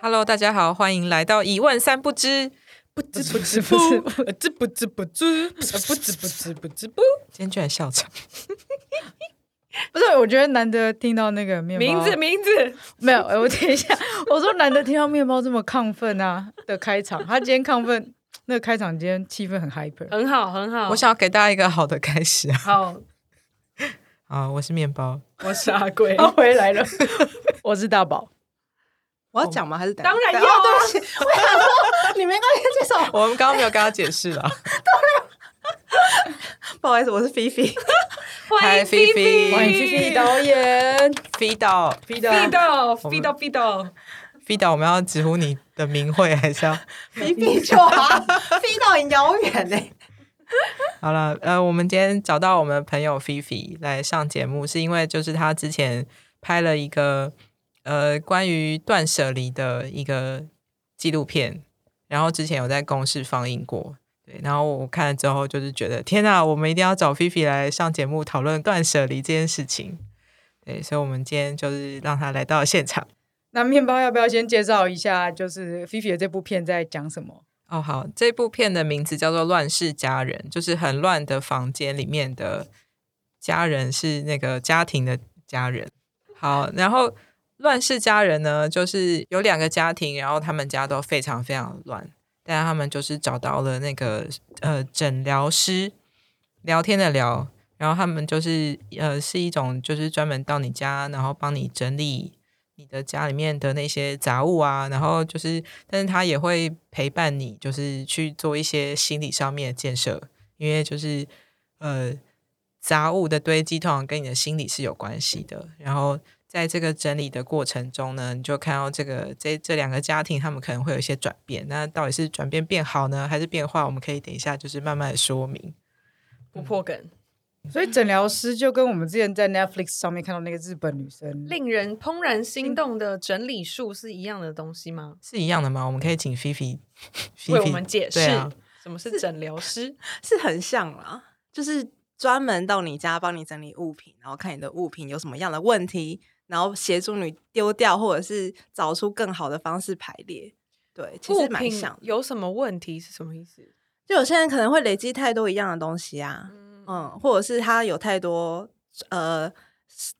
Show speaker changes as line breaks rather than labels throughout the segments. Hello，大家好，欢迎来到一问三不知。
不知不知不知不知不知不知不知不知不知不。
今天居然笑场，
不是，我觉得难得听到那个面包
名字名字，
没有。呃我等一下，我说难得听到面包这么亢奋啊的开场，他今天亢奋，那个开场今天气氛很 hyper。
很好很好。
我想要给大家一个好的开始啊！
好，
啊，我是面包，
我是阿贵。
他回来了， 我是大宝。
我要讲吗？还是等
当然
等
要啊
哦对不起，我想说你没关系介绍。
我们刚刚没有跟他解释 了。
不好意思，我是菲菲。
欢迎
嗨菲菲欢迎
P 导 演
飞到
，P 导
飞到
我们
飞到飞到，
飞到，我们要直呼你的名讳，还 是要
菲菲就啊，飞到很遥远呢。
好了，呃，我们今天找到我们的朋友菲菲来上节目，是因为就是他之前拍了一个呃关于断舍离的一个纪录片，然后之前有在公视放映过。对，然后我看了之后，就是觉得天啊呐，我们一定要找菲菲来上节目讨论断舍离这件事情。对，所以我们今天就是让他来到现场。
那面包要不要先介绍一下，就是《菲菲》的这部片在讲什么？
哦，好，这部片的名字叫做《乱世佳人》，就是很乱的房间里面的家人是那个家庭的家人。好，然后《乱世佳人》呢，就是有两个家庭，然后他们家都非常非常乱，但他们就是找到了那个呃诊疗师，聊天的聊，然后他们就是呃是一种就是专门到你家，然后帮你整理你的家里面的那些杂物啊，然后就是，但是他也会陪伴你，就是去做一些心理上面的建设，因为就是呃，杂物的堆积通常跟你的心理是有关系的。然后在这个整理的过程中呢，你就看到这个这这两个家庭他们可能会有一些转变，那到底是转变变好呢，还是变坏？我们可以等一下就是慢慢的说明。
不破梗，
所以诊疗师就跟我们之前在 Netflix 上面看到那个日本女生，
令人怦然心动的整理术是一样的东西吗？
是一样的吗？我们可以请菲菲
为我们解释
对啊，
什么是诊疗师？
是很像啦，就是专门到你家帮你整理物品，然后看你的物品有什么样的问题，然后协助你丢掉，或者是找出更好的方式排列。对，其
物
实蛮
品
像的。
有什么问题是什么意思？
就有些人可能会累积太多一样的东西啊，嗯，或者是他有太多呃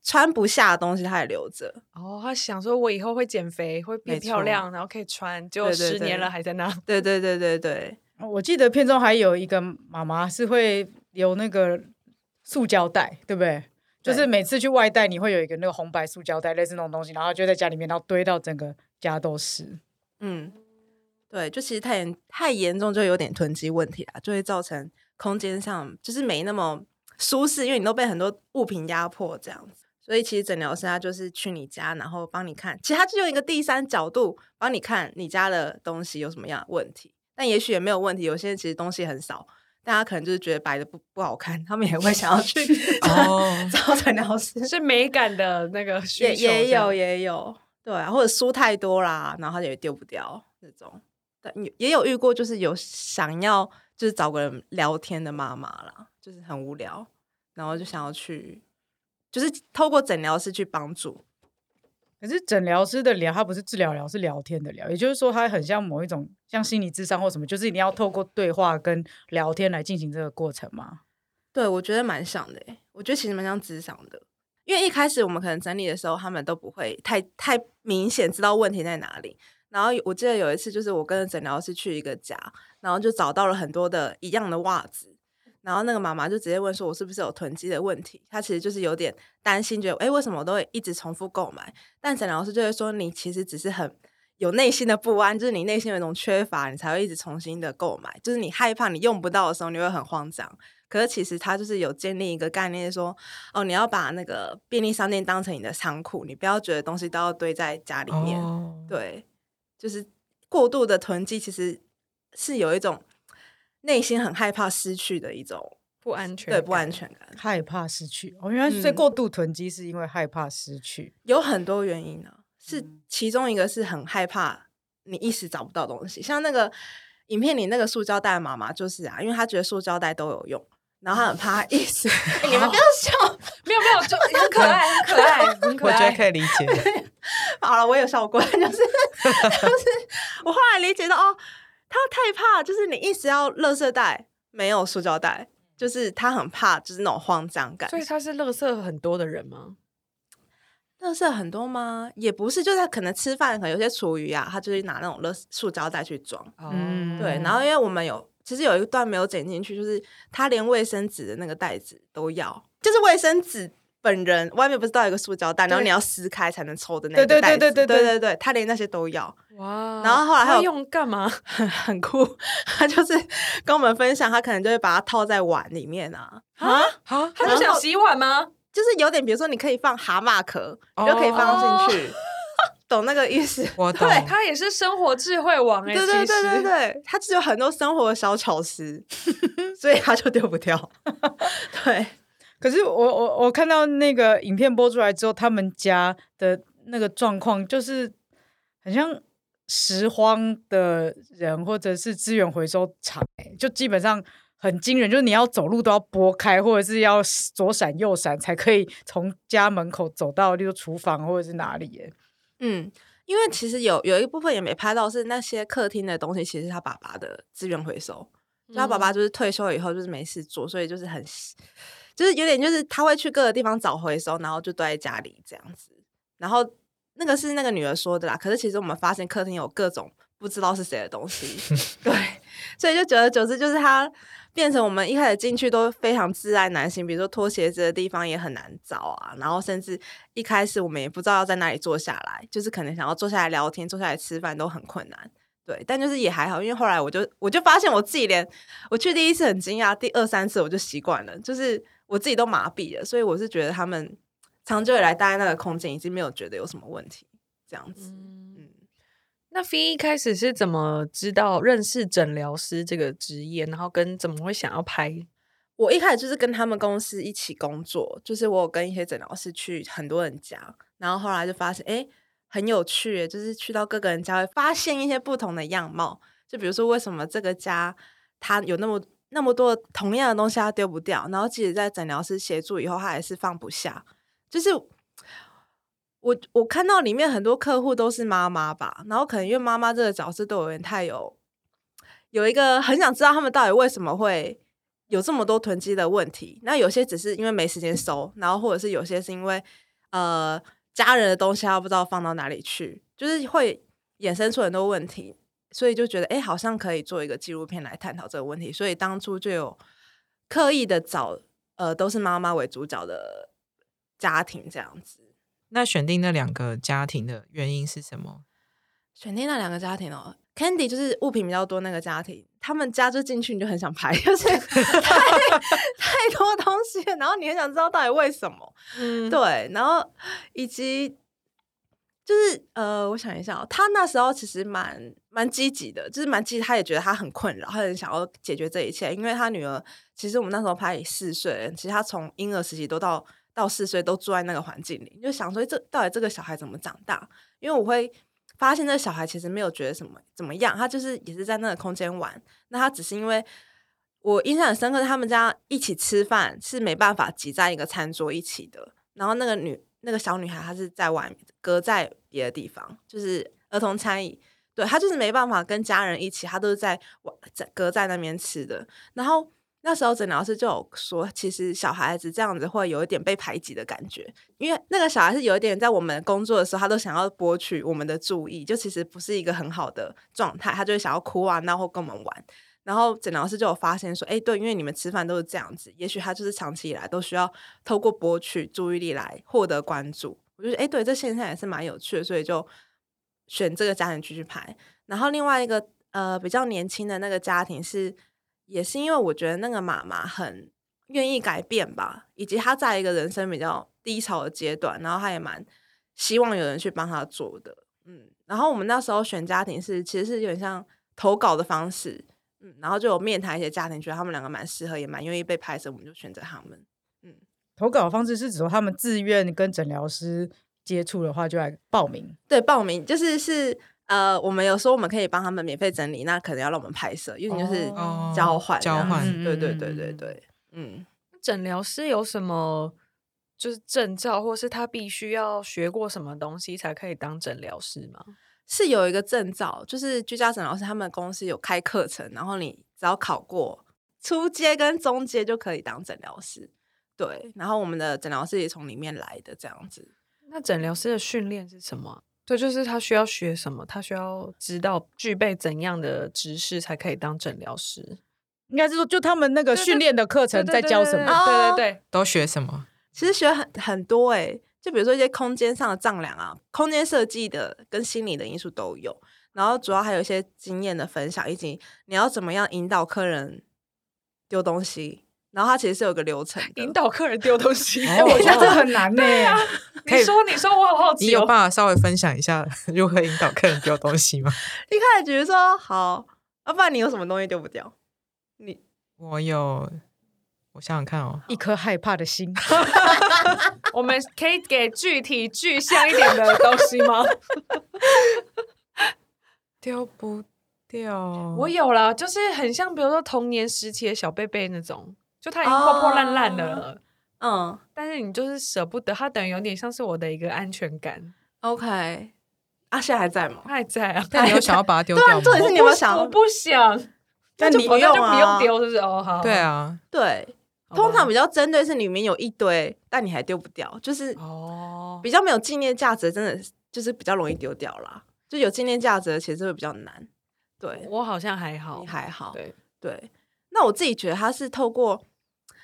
穿不下的东西，他也留着。
哦，他想说，我以后会减肥，会变
没错
漂亮，然后可以穿，结果
对对
十年
对
了还在那。
对对对对对，
哦我记得片中还有一个妈妈是会留那个塑胶袋，对不对？就
对
是每次去外带，你会有一个那个红白塑胶袋，类似那种东西，然后就在家里面，然后堆到整个家都是。
嗯，对，就其实太严太严重，就有点囤积问题啦，就会造成空间上就是没那么舒适，因为你都被很多物品压迫这样子。所以其实诊疗师他就是去你家，然后帮你看，其实他就用一个第三角度帮你看你家的东西有什么样的问题。但也许也没有问题，有些人其实东西很少，但他可能就是觉得摆的不不好看，他们也会想要去
哦
找诊疗师。
是美感的那个需
也
求这
也有
样，
也有，对啊，或者书太多啦，然后他也丢不掉那种。但也也有遇过，就是有想要就是找个人聊天的妈妈啦，就是很无聊，然后就想要去，就是透过诊疗师去帮助。
可是诊疗师的聊，他不是治疗聊，是聊天的聊，也就是说，他很像某一种像心理智商或什么，就是一定要透过对话跟聊天来进行这个过程嘛。
对我觉得蛮像的欸、我觉得其实蛮像职场的，因为一开始我们可能整理的时候，他们都不会太太明显知道问题在哪里。然后我记得有一次，就是我跟着诊疗师去一个家，然后就找到了很多的一样的袜子。然后那个妈妈就直接问说：“我是不是有囤积的问题？”她其实就是有点担心，觉得诶为什么我都会一直重复购买？但沈老师就会说：“你其实只是很有内心的不安，就是你内心有一种缺乏，你才会一直重新的购买。就是你害怕你用不到的时候，你会很慌张。可是其实他就是有建立一个概念说，哦，你要把那个便利商店当成你的仓库，你不要觉得东西都要堆在家里面。
哦，
对，就是过度的囤积，其实是有一种内心很害怕失去的一种
不安全，
对不安。全感，
害怕失去，哦，原来是
嗯
这过度囤积是因为害怕失去。
有很多原因呢、是
嗯
其中一个是很害怕你一时找不到东西，像那个影片里那个塑胶袋的妈妈就是啊，因为她觉得塑胶袋都有用，然后他很怕他一时，
你们不 要笑，没有没有，就很可爱，很可爱，很可
我觉得
爱。
可以理解。
好了，我有效果， 就是就是我后来理解到哦，他太怕，就是你一直要垃圾袋，没有塑胶袋，就是他很怕，就是那种慌张感。
所以他是乐色很多的人吗？
垃圾很多吗？也不是，就是他可能吃饭，可能有些厨余啊，他就是拿那种垃塑胶袋去装。
哦
嗯，
对，然后因为我们有，其实有一段没有剪进去，就是他连卫生纸的那个袋子都要，就是卫生纸本人外面不是到一个塑胶袋，然后
对
你要撕开才能抽的那
对
个
对
袋子，
对对对
对
对
对对，他连那些都要，
哇，
然后后来还有
他用干嘛？
很很酷。他就是跟我们分享，他可能就会把它套在碗里面啊，
啊，
好，
他不想洗碗吗？
就是有点，比如说你可以放蛤蟆壳，你就可以放进去， 懂那个意思？
我懂。
他也是生活智慧王哎，
对对
其
对
实
对对，他只有很多生活的小巧思，所以他就丢不掉。 对，
可是我我我看到那个影片播出来之后，他们家的那个状况就是很像拾荒的人或者是资源回收厂、欸，就基本上很惊人，就是你要走路都要拨开，或者是要左闪右闪才可以从家门口走到，例如厨房或者是哪里、欸。
嗯，因为其实有有一部分也没拍到，是那些客厅的东西，其实是他爸爸的资源回收。就他爸爸就是退休以后就是没事做，所以就是很，就是有点就是他会去各个地方找回收，然后就都在家里这样子。然后那个是那个女儿说的啦，可是其实我们发现客厅有各种不知道是谁的东西， 对，所以就久而久之就是他变成我们一开始进去都非常自爱难行，比如说脱鞋子的地方也很难找啊，然后甚至一开始我们也不知道要在哪里坐下来，就是可能想要坐下来聊天、坐下来吃饭都很困难。对，但就是也还好，因为后来我就我就发现我自己连我去第一次很惊讶，第二三次我就习惯了，就是我自己都麻痹了，所以我是觉得他们长久以来待在那个空间，已经没有觉得有什么问题，这样子。
嗯。
嗯，
那飞一开始是怎么知道认识诊疗师这个职业，然后跟怎么会想要拍？
我一开始就是跟他们公司一起工作，就是我有跟一些诊疗师去很多人家，然后后来就发现，哎、很有趣耶，就是去到各个人家会发现一些不同的样貌，就比如说为什么这个家他有那么那么多同样的东西他丢不掉，然后即使在诊疗师协助以后，他还是放不下，就是。我我看到里面很多客户都是妈妈吧，然后可能因为妈妈这个角色对我有点太有有一个很想知道他们到底为什么会有这么多囤积的问题。那有些只是因为没时间收，然后或者是有些是因为呃家人的东西他不知道放到哪里去，就是会衍生出很多问题。所以就觉得哎、诶好像可以做一个纪录片来探讨这个问题。所以当初就有刻意的找呃都是妈妈为主角的家庭这样子。
那选定那两个家庭的原因是什么？
选定那两个家庭哦，Candy 就是物品比较多那个家庭，他们家就进去你就很想拍， 就是太太多东西了，然后你很想知道到底为什么，
嗯，
对，然后以及就是呃，我想一下、哦，他那时候其实蛮蛮积极的，就是蛮积极，他也觉得他很困扰，他很想要解决这一切，因为他女儿其实我们那时候拍四岁，其实他从婴儿时期都到到四岁都住在那个环境里，就想说这到底这个小孩怎么长大？因为我会发现这小孩其实没有觉得什么怎么样，他就是也是在那个空间玩，那他只是因为。我印象很深刻，他们家一起吃饭是没办法挤在一个餐桌一起的，然后那个女那个小女孩她是在外面隔在别的地方，就是儿童餐椅，对她就是没办法跟家人一起，她都是在外在隔在那边吃的。然后那时候诊疗师就有说，其实小孩子这样子会有一点被排挤的感觉，因为那个小孩是有一点在我们工作的时候，他都想要博取我们的注意，就其实不是一个很好的状态，他就会想要哭啊闹或跟我们玩。然后诊疗师就有发现说，哎，对，因为你们吃饭都是这样子，也许他就是长期以来都需要透过博取注意力来获得关注。我就觉得，哎，对，这现象也是蛮有趣的，所以就选这个家庭继续拍。然后另外一个呃比较年轻的那个家庭是，也是因为我觉得那个妈妈很愿意改变吧，以及她在一个人生比较低潮的阶段，然后她也蛮希望有人去帮她做的，嗯。然后我们那时候选家庭是其实是有点像投稿的方式，嗯，然后就有面谈一些家庭，觉得他们两个蛮适合，也蛮愿意被拍摄，我们就选择他们。
投稿方式是指说他们自愿跟诊疗师接触的话就来报名，
对，报名就是是呃，我们有说我们可以帮他们免费整理，那可能要让我们拍摄，因为就是
哦
交换这
交
样子、
换
对对对
嗯嗯
对
嗯
对，嗯，
诊疗师有什么就是证照，或是他必须要学过什么东西才可以当诊疗师吗？
是有一个证照，就是居家诊疗师他们公司有开课程，然后你只要考过初阶跟中阶就可以当诊疗师。对，然后我们的诊疗师也从里面来的这样子。
那诊疗师的训练是什么啊？对，就是他需要学什么，他需要知道具备怎样的知识才可以当诊疗师。
应该是说就他们那个
对对
训练的课
对
程在教什么？
对
哦
对对，
都学什么？
其实学很很多诶、就比如说一些空间上的丈量啊，空间设计的跟心理的因素都有。然后主要还有一些经验的分享，以及你要怎么样引导客人丢东西。然后它其实是有个流程的，
引导客人丢东西。
哎，我觉得这很难呢。
可以
你说，哦你说，我好好
你
奇
有
哦。
办法稍微分享一下 如何引导客人丢东西吗？
一开始只是说好，要、不然你有什么东西丢不掉？你
我有，我想想看哦，
一颗害怕的心，
我们可以给具体具象一点的东西吗？
丢不掉？
我有啦，就是很像，比如说童年时期的小贝贝那种，就它已经破破烂烂的了。
嗯
但是你就是舍不得，它等于有点像是我的一个安全感，
，OK，啊，现在还在吗？
它还在啊。
但你有想 要把它丢
对啊
掉
重点
吗？
是
我不
你有没有想
我不想，那
但
就
你
不
用
那就不
啊
用丢，是不是？哦，好，
对，啊，
对，
好吧
通常比较针对是里面有一堆，但你还丢不掉，就是
哦，
比较没有纪念价值的，真的是就是比较容易丢掉啦。就有纪念价值的，其实会比较难。对，
我好像还好
你，还好。
对，
对，那我自己觉得它是透过，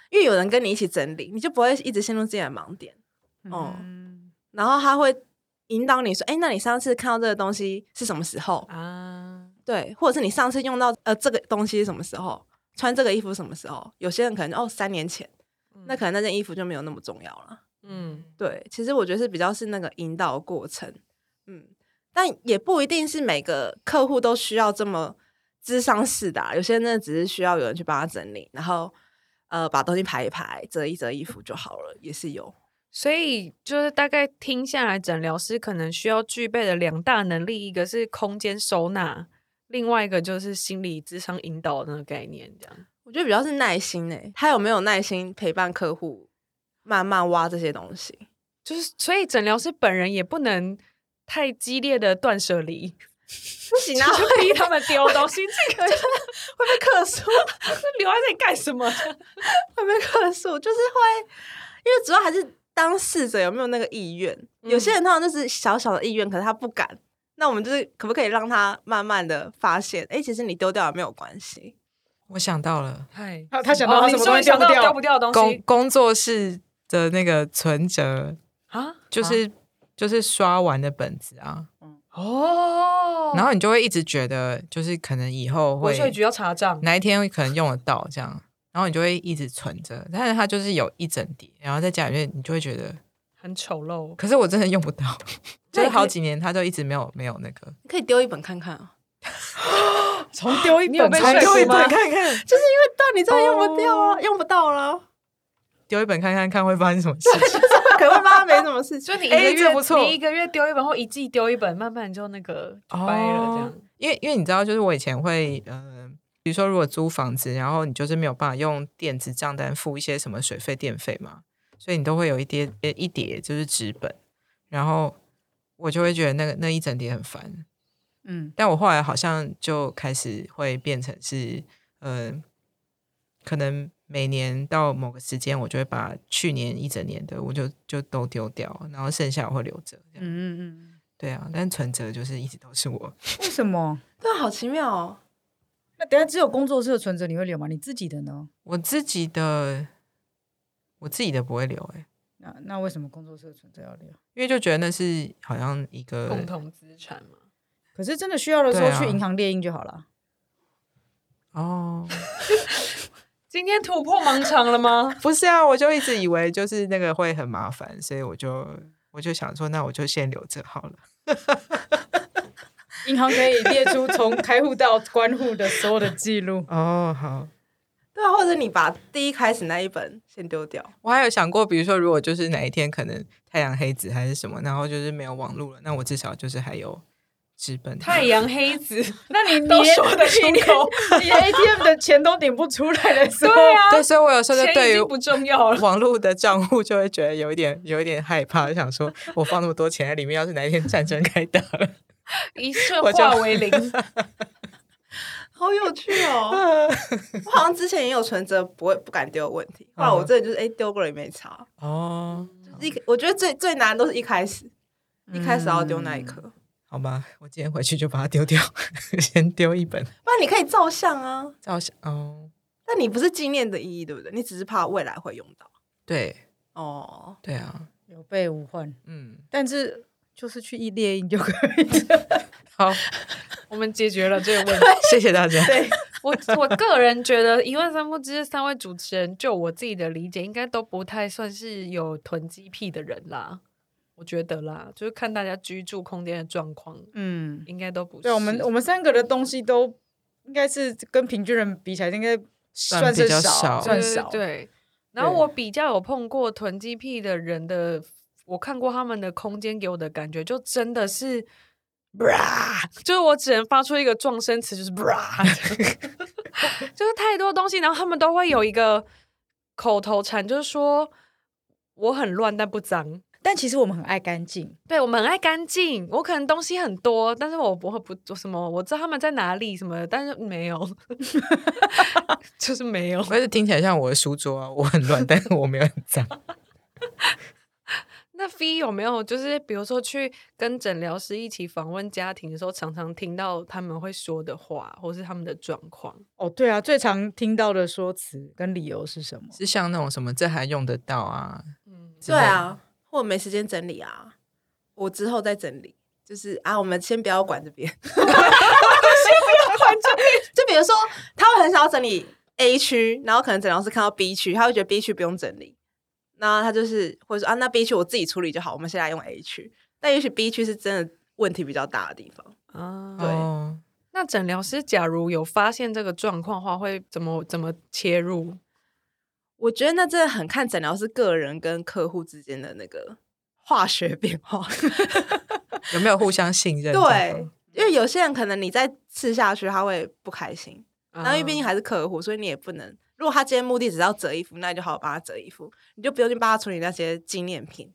因为有人跟你一起整理，你就不会一直陷入自己的盲点。哦
嗯，
然后他会引导你说：“哎，那你上次看到这个东西是什么时候？
啊，
对，或者是你上次用到呃这个东西是什么时候？穿这个衣服是什么时候？有些人可能哦三年前，那可能那件衣服就没有那么重要了。
嗯，
对，其实我觉得是比较是那个引导的过程，嗯，但也不一定是每个客户都需要这么智商式的、啊，有些人真的只是需要有人去帮他整理，然后呃把东西排一排，折一折衣服就好了，也是有。
所以就是大概听下来，诊疗师可能需要具备的两大能力，一个是空间收纳，另外一个就是心理智商引导的那个概念，这样。
我觉得比较是耐心诶、他有没有耐心陪伴客户慢慢挖这些东西？
就是，所以诊疗师本人也不能太激烈的断舍离，
不行啊，
就逼他们丢东西，这 个就是
会被 克数，
这留在这里干什么？
会被克数，就是会，因为主要还是当事者有没有那个意愿。有些人他就是小小的意愿，可是他不敢。那我们就是可不可以让他慢慢的发现，哎、其实你丢掉也没有关系。
我想到了，
嗨，
他他想到他什么东西丢
哦想
不
到
掉
丢？不掉的东
工
西
工作室的那个存折，
啊？
就是、就是刷完的本子啊，
哦，
然后你就会一直觉得，就是可能以后
国
会
税局要查账，
哪一天可能用得到这样，然后你就会一直存着，但是它就是有一整叠，然后在家里面你就会觉得，
很丑陋。哦
可是我真的用不到， 就是
那也可以
好几年它就一直没有没有那个，
你可以丢一本看看啊，
重丢一
你有
本，
被
重
说
丢一
服吗
本，？
就是因为到你真的用不掉啊，用不到了，
丢一本看看看会发生什么事情。
可能会发现没什么事情。
就你一
哎
个月，
这不错
你一个月丢一本或一季丢一本，慢慢就那个就掰了这样。
哦因为因为你知道，就是我以前会，呃，比如说如果租房子，然后你就是没有办法用电子账单付一些什么水费、电费嘛，所以你都会有一叠呃一叠就是纸本，然后我就会觉得那个那一整叠很烦。
嗯，
但我后来好像就开始会变成是，呃，可能每年到某个时间，我就会把去年一整年的我就就都丢掉，然后剩下我会留着。这样
嗯嗯
对啊，但存折就是一直都是我。
嗯，为什么？
对啊，好奇妙哦。
那等一下只有工作室的存折你会留吗？你自己的呢？
我自己的，我自己的不会留哎、欸
那那为什么工作室的存折要留？
因为就觉得那是好像一个
共同资产嘛，
可是真的需要的时候
对啊
去银行列印就好了。
哦，？
今天突破盲肠了吗
不是啊，我就一直以为就是那个会很麻烦，所以我就我就想说，那我就先留着好了。。
银行可以列出 从开户到关户的所有的记录
哦，好，
对啊，或者你把第一开始那一本先丢掉，
我还有想过，比如说如果就是哪一天可能太阳黑子还是什么，然后就是没有网络了，那我至少就是还有直奔
太阳黑子
那你 你
都
连
说得出 口，
你连 ATM 的钱都领不出来的时候，
对啊，
对，所以我有时候就
钱
对
已
于
经不重要了。
网络的账户就会觉得有一点有一点害怕，想说我放那么多钱在里面，要是哪一天战争开打了，
一瞬
我就
化为零。
好有趣哦！ 我好像之前也有存折不会不敢丢的问题，后来我
嗯
这里就是哎丢过了也没查。
哦，
一我觉得最最难都是一开始，一开始要丢那一刻。
好吧，我今天回去就把它丢掉，先丢一本
不然你可以照相啊，
照相。哦，
但你不是纪念的意义，对不对？你只是怕未来会用到。
对
哦，
对啊，
有备无患。
嗯，
但是就是去一猎鹰就可以。
好，
我们解决了这个问题。
谢谢大家。
对，
我我个人觉得《一问三不知》三位主持人，就我自己的理解，应该都不太算是有囤积癖的人啦。我觉得啦，就是看大家居住空间的状况，
嗯，
应该都不 是。
对，我们我们三个的东西都应该是跟平均人比起来，应该算是
比较少
算
对
少。
对，对然后
对
我比较有碰过囤积癖的人的，我看过他们的空间给我的感觉，就真的是。 就是我只能发出一个撞声词，就是 就是太多东西，然后他们都会有一个口头禅，就是说我很乱但不脏。
但其实我们很爱干净，
对我们很爱干净，我可能东西很多，但是我不会不做什么，我知道他们在哪里什么的，但是没有， 就是没有。
我也是听起来像我的书桌啊，我很乱，但是我没有很脏。
那 V 有没有就是比如说去跟诊疗师一起访问家庭的时候，常常听到他们会说的话，或是他们的状况？
哦，对啊，最常听到的说辞跟理由是什么？
是像那种什么这还用得到啊？
嗯，
之
对
类的，
啊，或者没时间整理啊，我之后再整理。就是啊，我们先不要管这边， 先不要管这边。就比如说，他会很想要整理 A 区，然后可能诊疗师看到 B 区，他会觉得 B 区不用整理，那他就是会说啊，那 B 区我自己处理就好，我们现在用 A 区。但也许 B 区是真的问题比较大的地方，
啊，
对
哦，
那诊疗师假如有发现这个状况的话，会怎么怎么切入？
我觉得那真的很看诊疗师个人跟客户之间的那个化学变化。
有没有互相信任？
对，，因为有些人可能你再刺下去，他会不开心。然后因为
啊
毕竟还是客户，所以你也不能。如果他今天目的只是要折衣服，那你就好好帮他折衣服，你就不用去帮他处理那些纪念品。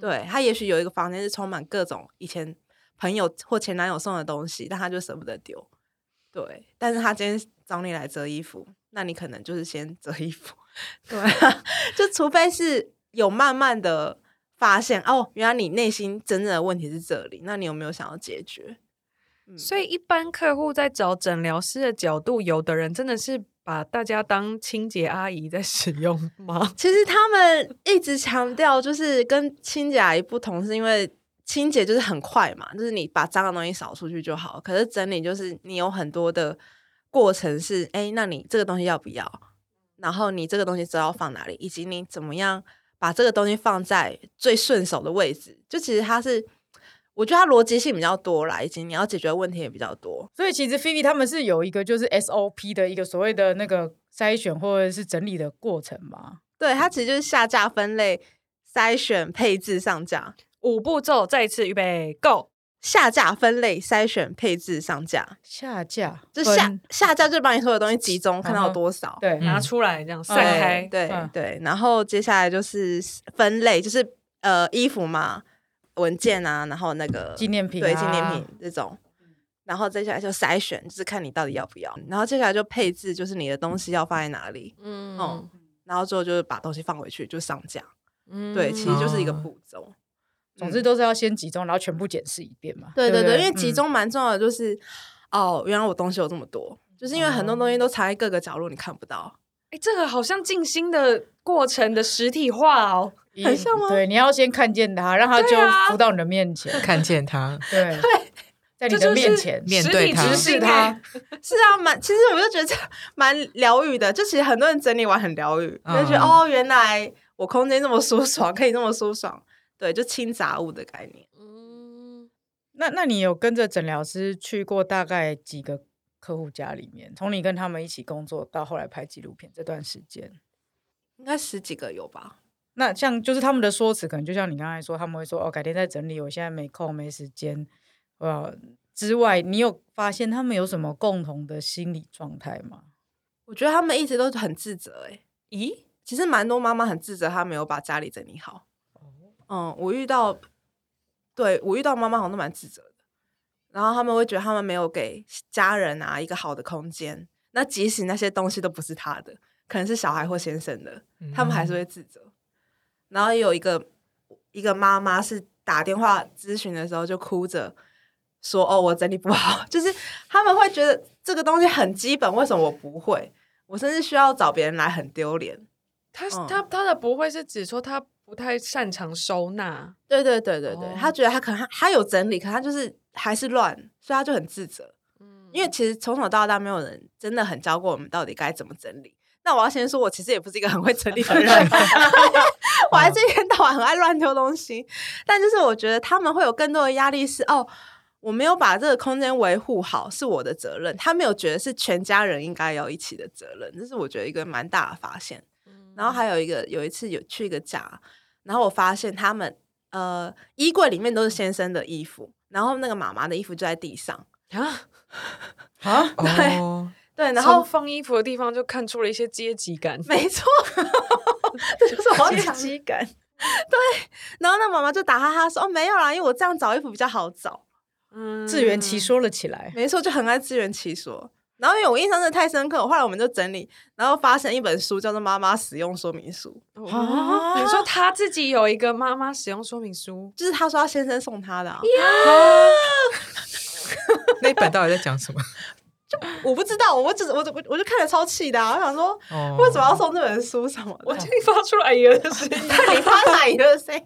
对他也许有一个房间是充满各种以前朋友或前男友送的东西，但他就舍不得丢。对，但是他今天找你来折衣服，那你可能就是先折衣服。对啊，就除非是有慢慢的发现哦，原来你内心真正的问题是这里，那你有没有想要解决？嗯
所以一般客户在找诊疗师的角度，有的人真的是把大家当清洁阿姨在 使用吗？
其实他们一直强调，就是跟清洁阿姨不同，是因为清洁就是很快嘛，就是你把脏的东西扫出去就好。可是整理就是你有很多的过程是，哎，那你这个东西要不要？然后你这个东西知道要放哪里，以及你怎么样把这个东西放在最顺手的位置。就其实它是，我觉得它逻辑性比较多啦，以及你要解决的问题也比较多。
所以其实菲菲他们是有一个就是 SOP 的一个所谓的那个筛选或者是整理的过程嘛。
对，它其实就是下架、分类、筛选、配置、上架。
五步骤，再一次预备，Go！
下架、分类、筛选、配置、上架，
下架
就
分嗯
下嗯下架就把你所有东西集中，看到有多少，
对、
拿出来，这样散
对
开。
对
嗯
对，然后接下来就是分类，就是呃衣服嘛、文件啊，然后那个
纪念品、啊、
对纪念品这种，然后接下来就筛选，就是看你到底要不要，然后接下来就配置，就是你的东西要放在哪里，
嗯
哦然后之后就是把东西放回去就上架，
嗯
对，其实就是一个
哦
步骤。
总
嗯
之都是要先集中，然后全部检视一遍嘛。
对对
对不
对，因为集
嗯
中蛮重要的，就是、哦，原来我东西有这么多，就是因为很多东西都藏在各个角落，你看不到。
哎，这个好像静心的过程的实体化哦。
一
很像吗
嗯对，你要先看见它，让它就
对啊
浮到你的面 前。
看见他，
对，在你
这
的
就是
面前，
面
实
对
体
它
执
直
行
视
欸
它。
是啊，蛮其实我就觉得这样蛮疗愈的，就其实很多人整理完很疗愈，就觉得
嗯
哦，原来我空间这么舒爽，可以这么舒爽，对，就清杂物的概念。
嗯，
那那你有跟着诊疗师去过大概几个客户家里面？从你跟他们一起工作到后来拍纪录片这段时间，
应该十几个有吧？
那像就是他们的说辞，可能就像你刚才说，他们会说哦，改天再整理，我现在没空没时间，呃，之外，你有发现他们有什么共同的心理状态吗？
我觉得他们一直都很自责、欸，
咦，
其实蛮多妈妈很自责，她没有把家里整理好。嗯，我遇到，对我遇到妈妈好像都蛮自责的，然后他们会觉得他们没有给家人啊一个好的空间，那即使那些东西都不是他的，可能是小孩或先生的，他们还是会自责。然后也有一个一个妈妈是打电话咨询的时候就哭着说：“哦，我整理不好。”就是他们会觉得这个东西很基本，为什么我不会？我甚至需要找别人来，很丢脸。
他
嗯
他他的不会是指说他不太擅长收纳，
对对对对对，
哦
他觉得他可能他他有整理，可他就是还是乱，所以他就很自责。
嗯
因为其实从小到大没有人真的很教过我们到底该怎么整理。那我要先说，我其实也不是一个很会整理的人， 我还是一天到晚很爱乱丢东西。但就是我觉得他们会有更多的压力是，哦，我没有把这个空间维护好是我的责任，他没有觉得是全家人应该要一起的责任，这是我觉得一个蛮大的发现。然后还有一个有一次有去一个家，然后我发现他们呃衣柜里面都是先生的衣服，然后那个妈妈的衣服就在地上。
啊，
啊，
嗯哦，
对，然
然
后
后放衣服的地方就看出了一些阶级感，
没错，这就是我要讲的。
感，
然后那妈妈就打哈哈说：“哦，没有啦，因为我这样找衣服比较好找。
嗯
自圆其，说了起” 来。
没错，就很爱自圆其说。然后因为我印象真的太深刻，后来我们就整理，然后发现一本书叫做《妈妈使用说明书
哦你说他自己有一个妈妈使用说明书》，，
就是她说她先生送她的、啊。
那一本到底在讲什么？
我不知道，我只是我我我就看了超气的、啊，我想说
哦
为什么要送这本书什么的？
我竟然发出来一个声 音，
看你发哪一个谁？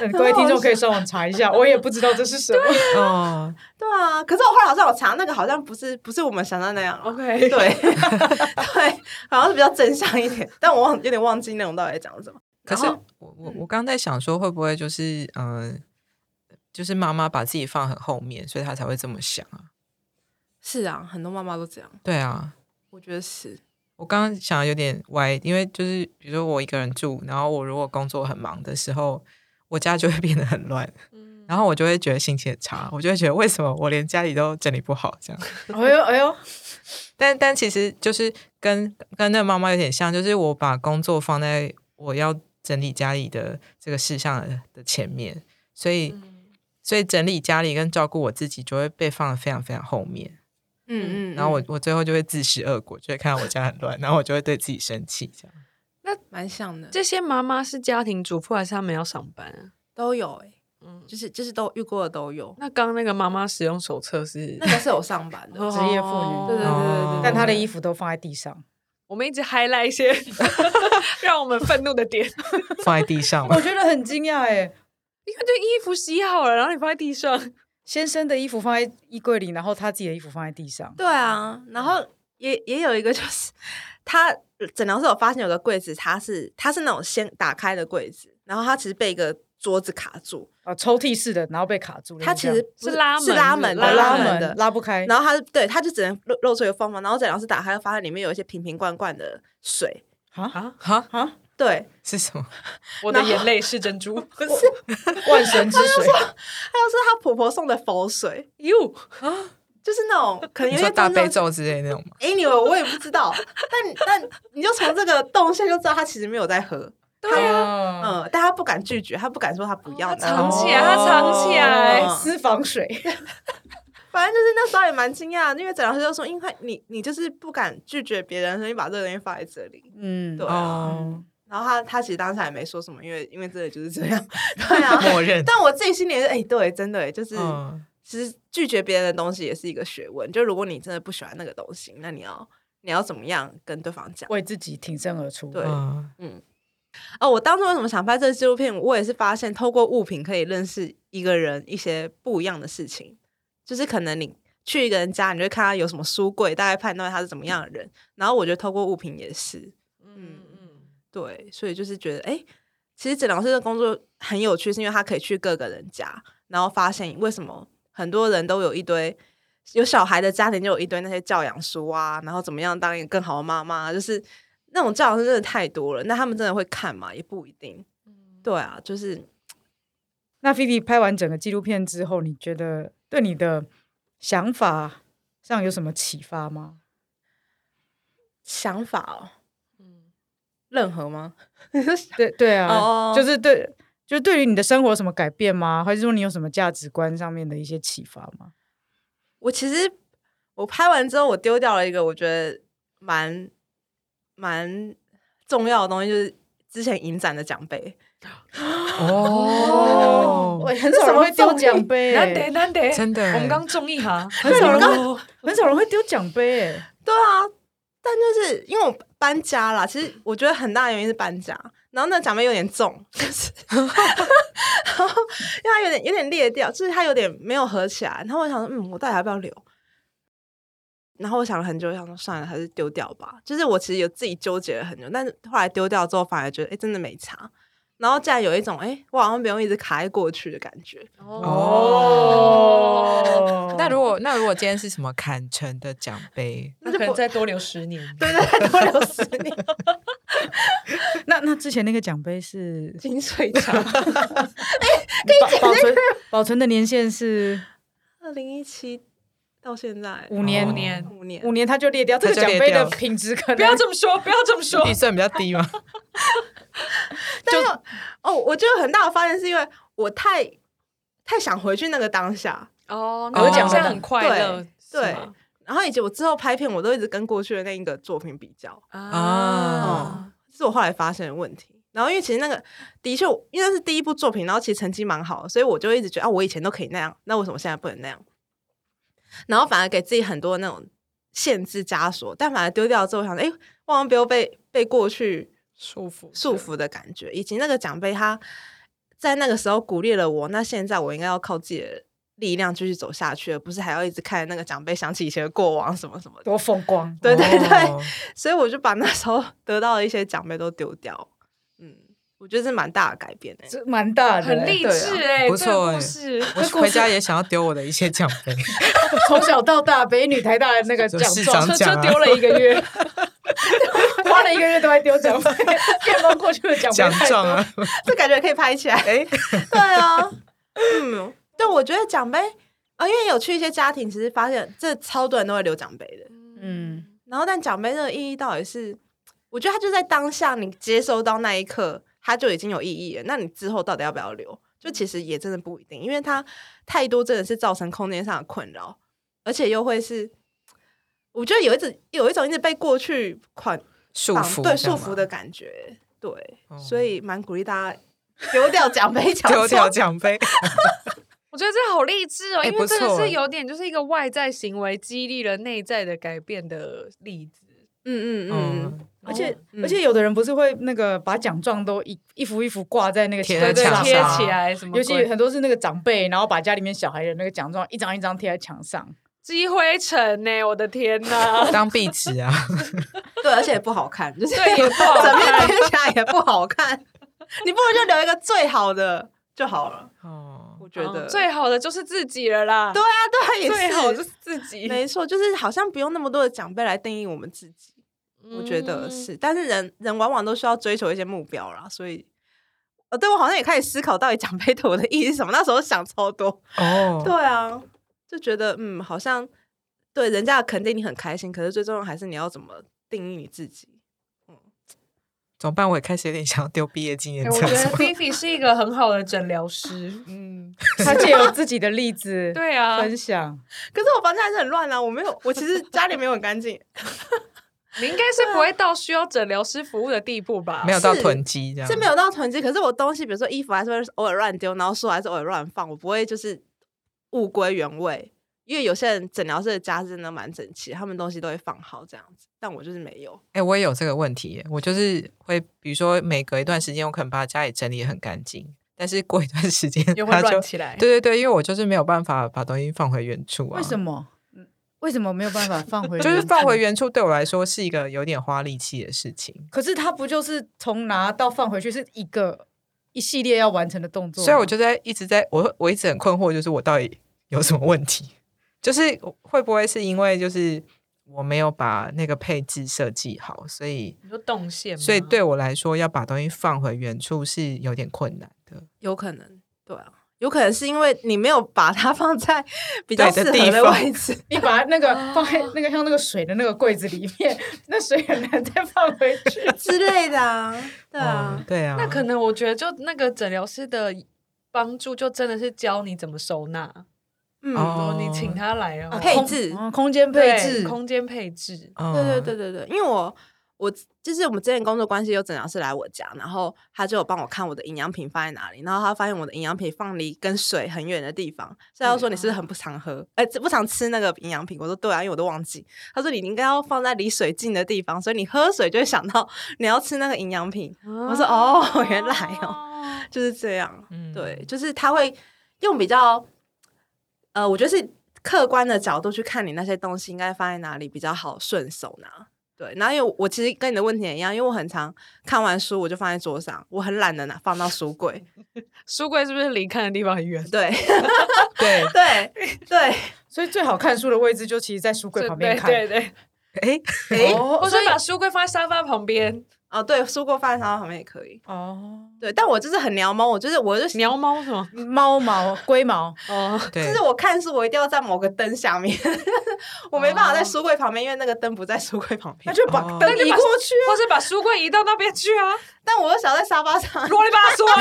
嗯各位听众可以上网查一下，我也不知道这是什么。
哦，
对啊，可是我后来好像有查，那个好像不是不是我们想象那样啊。
OK，
对 对，好像是比较正向一点， 但我忘有点忘记内容到底在讲什么。
可是
然后
我我我刚在想说，会不会就是嗯、呃就是妈妈把自己放很后面，所以她才会这么想啊？
是啊，很多妈妈都这样，
对啊，
我觉得是。
我刚刚想的有点歪，因为就是比如说我一个人住，然后我如果工作很忙的时候，我家就会变得很乱，然后我就会觉得心情很差，我就会觉得为什么我连家里都整理不好这样。
哎呦哎呦，
但但其实就是跟跟那个妈妈有点像，就是我把工作放在我要整理家里的这个事项的的前面，所以、
嗯
所以整理家里跟照顾我自己就会被放得非常非常后面。
嗯嗯
然后我我最后就会自食恶果，就会看到我家很乱，然后我就会对自己生气这样。
蛮像的，这
这些妈妈是家庭主妇还是他们要上班啊？
都有哎、
嗯，
就是就是都遇过的都有。
那刚刚那个妈妈使用手册是
那个是有上班的，
职业妇女
嗯
对对对对对
哦。
但
啊
她的衣服都放在地上。
我们一直 highlight 一 些让我们愤怒的点，因
放在地上嘛
我，觉得很惊讶哎，
为这衣服洗好了，然后你放在地上，
先生的衣服放在衣柜里，然后他自己的衣服放在地上。
对啊，然后也也有一个就是，他诊疗室有发现有个柜子，它是它是那种先打开的柜子，然后它其实被一个桌子卡住，
啊，抽屉式的，然后被卡住了。
它
就
其
这样
实不
是拉门
是拉门
是
的
不是
拉
门的
门拉不开，
然后他对他就只能露露出一个缝嘛，然后诊疗室打开，发现里面有一些瓶瓶罐罐的水。
啊
哈
啊，
对，
是什么？
我的眼泪是珍珠， 不是
万神之水，
还有是她婆婆送的佛水，
哟，
就是那种可能
你
有
说
些
大悲
悲
咒之类的那种吗？
，anyway 我也不知道，但但你就从这个动线就知道她其实没有在喝，
对啊，
嗯，但她不敢拒绝，她不敢说她不要
哦他
的，
藏起来，
哦
他藏起来，
哦
私房水，嗯
反正就是那时候也蛮惊讶的，因为诊疗师就说，因为你你就是不敢拒绝别人，所以你把这个东西放在这里，
嗯
对，
哦，
然后他他其实当下也没说什么，因为因为真的就是这样， 对啊，
默认。
但我自己心里也是，哎、 对，真的耶，就是、
嗯，
其实拒绝别人的东西也是一个学问。就如果你真的不喜欢那个东西，那你要你要怎么样跟对方讲？
为自己挺身而出。
对
嗯
哦，我当初为什么想拍这个纪录片？我也是发现，透过物品可以认识一个人一些不一样的事情。就是可能你去一个人家，你就会看他有什么书柜，大概判断他是怎么样的人。然后我觉得透过物品也是，
嗯嗯，
对，所以就是觉得，哎，其实诊疗师的工作很有趣，是因为他可以去各个人家，然后发现为什么很多人都有一堆有小孩的家庭就有一堆那些教养书啊，然后怎么样当一个更好的妈妈，就是那种教养书真的太多了。那他们真的会看吗？也不一定。对啊，就是
那菲菲拍完整个纪录片之后，你觉得对你的想法上有什么启发吗？
想法哦，
嗯
任何吗？
对对啊，
哦
就是对，就是对于你的生活有什么改变吗？还是说你有什么价值观上面的一些启发吗？
我其实我拍完之后，我丢掉了一个我觉得蛮蛮重要的东西，就是之前影展的奖杯。
哦
我
很少人会丢奖杯、欸
难得难得，
真的
我们刚中一哈，
很少人会 很少人会丢奖杯、欸，
对啊，但就是因为我搬家啦，其实我觉得很大的原因是搬家，然后那奖杯有点重，就是 然后因为它有点有点裂掉，就是它有点没有合起来。然后我想说，嗯，我到底要不要留？然后我想了很久，想说算了，还是丢掉吧。就是我其实有自己纠结了很久，但是后来丢掉之后，反而觉得哎、诶真的没差。然后竟然有一种哎、诶我好像不用一直卡在过去的感觉。
哦
那如果那如果今天是什么坎城的奖杯，
那可能再多留十年。
对对，对多留十年，
那那之前那个奖杯是
金水长，
保保存保存的年限是
二零一七到现在
五年，
哦
五年
五年
五年它就裂掉，这个
它就
奖
裂
杯的
掉
品质可能
不要这么说，不要这么说。
预算比较低吗？
但是哦，我觉得很大的发现是因为我太太想回去那个当下，
哦，
我
那
讲
讲
的
的很快乐，
对
是吗
然后以及我之后拍片，我都一直跟过去的那一个作品比较，
啊
嗯
啊，
这哦是我后来发现的问题。然后因为其实那个的确，因为那是第一部作品，然后其实成绩蛮好的，所以我就一直觉得啊，我以前都可以那样，那为什么现在不能那样？然后反而给自己很多那种限制枷锁，但反而丢掉之后，我想哎，诶我好像不用被被过去
舒服
束缚的感觉，以及那个奖杯，他在那个时候鼓励了我。那现在我应该要靠自己的力量继续走下去，而不是还要一直看着那个奖杯，想起以前的过往什么什么的。
多风光。
对对对，
哦
所以我就把那时候 得到的一些奖杯都丢掉。嗯，我觉得是蛮大的改变、欸。
这蛮大的、
很励志哎，
不
这个
错哎
故事。
我回家也想要丢我的一些奖杯，
从小到大，北女台大的那个奖
市
状
长
就
奖
就
啊
丢了一个 月，花了一个月都在丢奖杯，电光过去的奖杯
奖
太多
状啊，
这感觉可以拍起来。 对啊，嗯，对，我觉得奖杯啊，因为有去一些家庭，其实发现这超多人都会留奖杯的。
嗯，
然后，但奖杯这个意义到底是，我觉得它就在当下你接收到那一刻，它就已经有意义了。那你之后到底要不要留？就其实也真的不一定，因为它太多真的是造成空间上的困扰，而且又会是，我觉得有一种有一种一直被过去款
束
绑
缚
对
这
束
样
缚
吗
的感觉，对，
哦
所以蛮鼓励大家丢掉奖杯， 奖
丢掉
状
奖杯，
我觉得这好励志哦，
哎
因为这
不
个
错哎
是有点就是一个外在行为激励了内在的改变的例子。
嗯嗯嗯，
嗯，
而且、
嗯
而且有的人不是会那个把奖状都一一幅一幅挂在那个
贴
墙
在
对对
墙，
上，
贴
上
起来什么鬼？
尤其很多是那个长辈，然后把家里面小孩的那个奖状一张一张贴在墙 上，
积灰尘呢，我的天 哪！
当壁纸啊，
对，而且也不好看，就是
对，也不好
整
看。
面听起来也不好看，你不如就留一个最好的就好了。
哦，
我觉得、
嗯最好的就是自己了啦。
对啊，对啊，也
最
是
好就是自己。
没错，就是好像不用那么多的奖杯来定义我们自己，我觉得
嗯
是。但是人人往往都需要追求一些目标啦，所以。呃，对我好像也开始思考到底奖杯对我的意义是什么。那时候想超多，
哦，
对啊，就觉得嗯，好像对人家的肯定你很开心，可是最重要还是你要怎么定义你自己。
怎么办？我也开始有点想要丢毕业纪念
哎我
册
觉得
什么
Fifi 是一个很好的诊 疗师。嗯，
他借由自己的例子
对啊，
分享，
可是我房间还是很乱啊，我没有， 我其实家里没有很干净，
你应该是不会到需要诊疗师服务的地步吧？
啊没有到
是
囤 积这样，
是没有到囤积，可是我东西，比如说衣服还是会偶尔乱丢，然后书还是偶尔乱放，我不会就是物归原位。因为有些人诊疗室的家是真的蛮整齐，他们东西都会放好这样子，但我就是没有。
哎、我也有这个问题耶，我就是会，比如说每隔一段时间，我可能把家里整理得很干净，但是过一段时间
又
它
会
就
乱，起来。
对对对，因为我就是没有办法把东西放回原处啊。
为什
么？
么？嗯为什么没有办法放 回？
就是放回。原处对我来说是一个有点花力气的事情，
可是他不就是从拿到放回去是一个一系列要完成的动作吗？
所以
啊
我就在一直在我我一直很困惑，就是我到底有什么问题？就是会不会是因为就是我没有把那个配置设计好，所以
你说动线吗，
所以对我来说要把东西放回原处是有点困难的。
有可能，对啊，有可能是因为你没有把它放在比较
对
适
的
合
地
的
方
位置。
你把那个放在那个像那个水的那个柜子里面， 那水很难再放回去。
之类的啊，对
嗯
啊，
对啊，
那可能我觉得就那个诊疗师的帮助，就真的是教你怎么收纳。
嗯，
哦
哦，你请他来哦，
配
空
置
哦空间
对
配置，
空间配置。
嗯，
对对对对对，因为我我就是我们之前工作关系有诊疗师来我家，然后他就有帮我看我的营养品放在哪里，然后他发现我的营养品放离跟水很远的地方，所以他就说你是不是很不常喝，哎、不常吃那个营养品？我说对啊，因为我都忘记。他说你应该要放在离水近的地方，所以你喝水就会想到 你要吃那个营养品，
我
说哦原来
哦，
就是这样。
嗯
对，就是他会用比较，呃，我觉得是客观的角度去看你那些东西应该放在哪里比较好顺手拿。对，然后因为我其实跟你的问题也一样，因为我很常看完书我就放在桌上，我很懒得拿放到书柜。
书柜是不是离看的地方很远？
对
对，
对对，
所以最好看书的位置就其实，在书柜旁边看。
对对对，
哎，
诶、
或
哦
者把书柜放在沙发旁边。
哦对，书柜放在沙发旁边也可以。
哦，
对，但我就是很鸟猫，我就是我就是
鸟猫什 么？
猫毛、龟毛，
哦，
对，
就是我看书，我一定要在某个灯下面， 我没办法在书柜旁边，因为那个灯不在书柜旁
那
边。
就把
哦
灯移过去啊！
或是把书柜移到那边去啊，
但我又想在沙发上，
啰里吧嗦。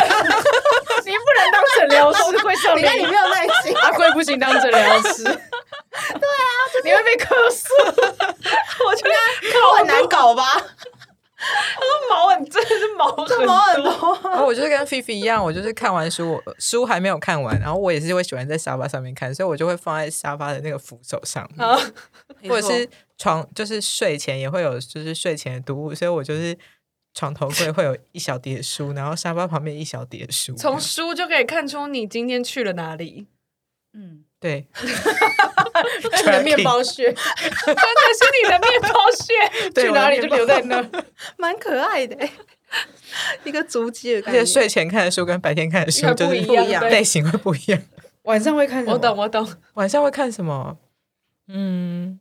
你不能当诊疗师，会上
你看你
面
没有耐心。
阿贵不行当诊疗师。对啊，你会被客诉。
我觉得我很难搞吧，
毛很真的是毛很
这毛很多。
然后我就是跟菲菲一样，我就是看完书，我书还没有看完，然后我也是会喜欢在沙发上面看，所以我就会放在沙发的那个扶手上面，
啊，
或者是床，就是睡前也会有，就是睡前的读物，所以我就是床头柜会有一小叠书，然后沙发旁边一小叠书，
从书就可以看出你今天去了哪 里，
嗯，
对，
你的面包屑
真的是你的面包屑。
对
去哪里就留在那。
蛮可爱的欸， 一个足迹的
而
感
且
觉。
睡前看的书跟白天看的书
应该
就
不
是
一样对
类型会不一样。
晚上会看什么？
我懂，我懂。
晚上会看什么？嗯，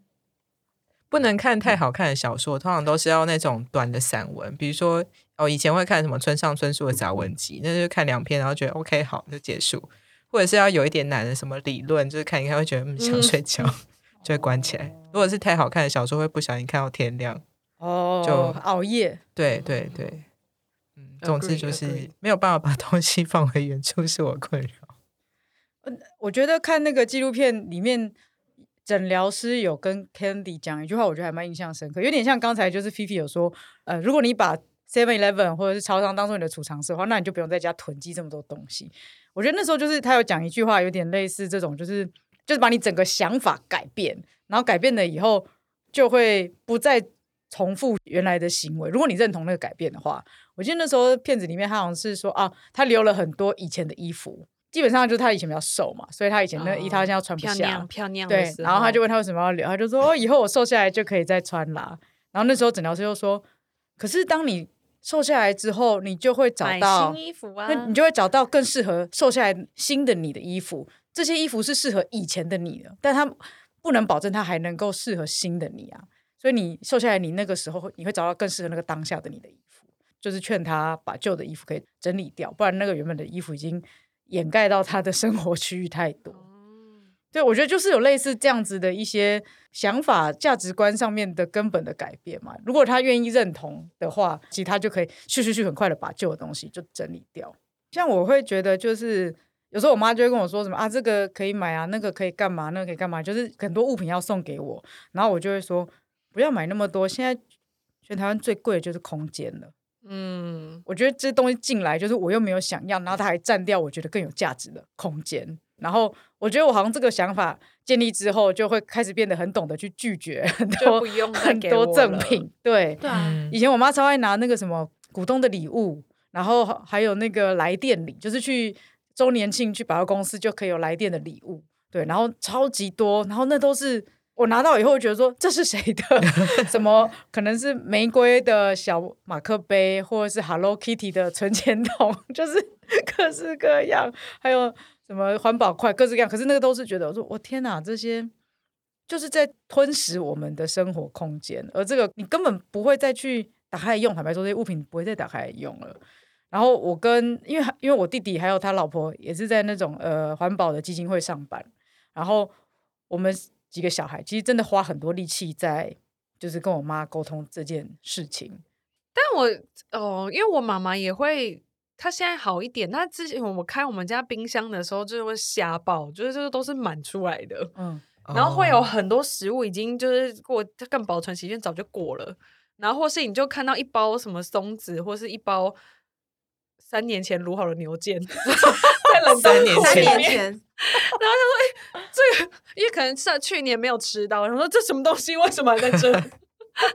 不能看太好看的小说，通常都是要那种短的散文，比如说哦，以前会看什么村上春树的杂文集，那就看两篇，然后觉得 OK 好就结束，或者是要有一点难的什么理论，就是看一看会觉得嗯想睡觉，就会关起来。如果是太好看的小说，会不小心看到天亮。
哦，
就
熬夜。
对对对，嗯，总之
Agree，
就是
agree
没有办法把东西放回原处，是我困扰。
我觉得看那个纪录片里面，诊疗师有跟 Candy 讲一句话，我觉得还蛮印象深刻，有点像刚才就是 Fifi 有说，呃，如果你把 Seven Eleven 或者是超商当做你的储藏室的话，那你就不用在家囤积这么多东西。我觉得那时候就是他有讲一句话，有点类似这种，就是就是把你整个想法改变，然后改变了以后就会不再重复原来的行为。如果你认同那个改变的话，我记得那时候片子里面他好像是说啊，他留了很多以前的衣服，基本上就是他以前比较瘦嘛，所以他以前那个衣他现在穿不
漂
下，
亮漂亮的
对，
时候。
然后他就问他为什么要留，他就说哦，以后我瘦下来就可以再穿啦。然后那时候诊疗师就说，可是当你瘦下来之后，你就会找
买
到
新衣服啊，
那你就会找到更适合瘦下来新的你的衣服。这些衣服是适合以前的你的，但它不能保证它还能够适合新的你啊。所以你瘦下来，你那个时候会你会找到更适合那个当下的你的衣服。就是劝他把旧的衣服可以整理掉，不然那个原本的衣服已经掩盖到他的生活区域太多。对，我觉得就是有类似这样子的一些想法、价值观上面的根本的改变嘛。如果他愿意认同的话，其实他就可以去去去很快的把旧的东西就整理掉。像我会觉得就是。有时候我妈就会跟我说什么啊，这个可以买啊，那个可以干嘛，那个可以干嘛，就是很多物品要送给我，然后我就会说不要买那么多。现在全台湾最贵的就是空间了，
嗯，
我觉得这东西进来就是我又没有想要，然后它还占掉我觉得更有价值的空间。然后我觉得我好像这个想法建立之后，就会开始变得很懂得去拒绝 很
就
多
不用再
很
给
多
我
赠
了
品。对，
对啊，
嗯
以前我妈超爱拿那个什么股东的礼物，然后还有那个来电礼，就是去周年庆去百货公司就可以有来电的礼物，对，然后超级多，然后那都是我拿到以后觉得说这是谁的？ 什么可能是玫瑰的小马克杯，或者是 Hello Kitty 的存钱筒， 就是各式各样，还有什么环保筷，各式各样。可是那个都是觉得我说我天哪，这些。就是在吞噬我们的生活空间，而这个你根本不会再去打开来用。坦白说，这些物品不会再打开来用了。然后我跟因为因为我弟弟还有他老婆也是在那种呃环保的基金会上班，然后我们几个小孩其实真的花很多力气在就是跟我妈沟通这件事情。
但我哦，因为我妈妈也会，她现在好一点。她之前我开我们家冰箱的时候，就是会吓爆，就是这个都是满出来的，
嗯，
然后会有
哦
很多食物已经就是过更保存期限早就过了，然后或是你就看到一包什么松子，或是一包三年前卤好的牛腱， 在冷冻
三年
库
三
里
前
年
面
前，
然后他说：“哎、这个因为可能上去年没有吃到，然后说这什么东西为什么还在这？”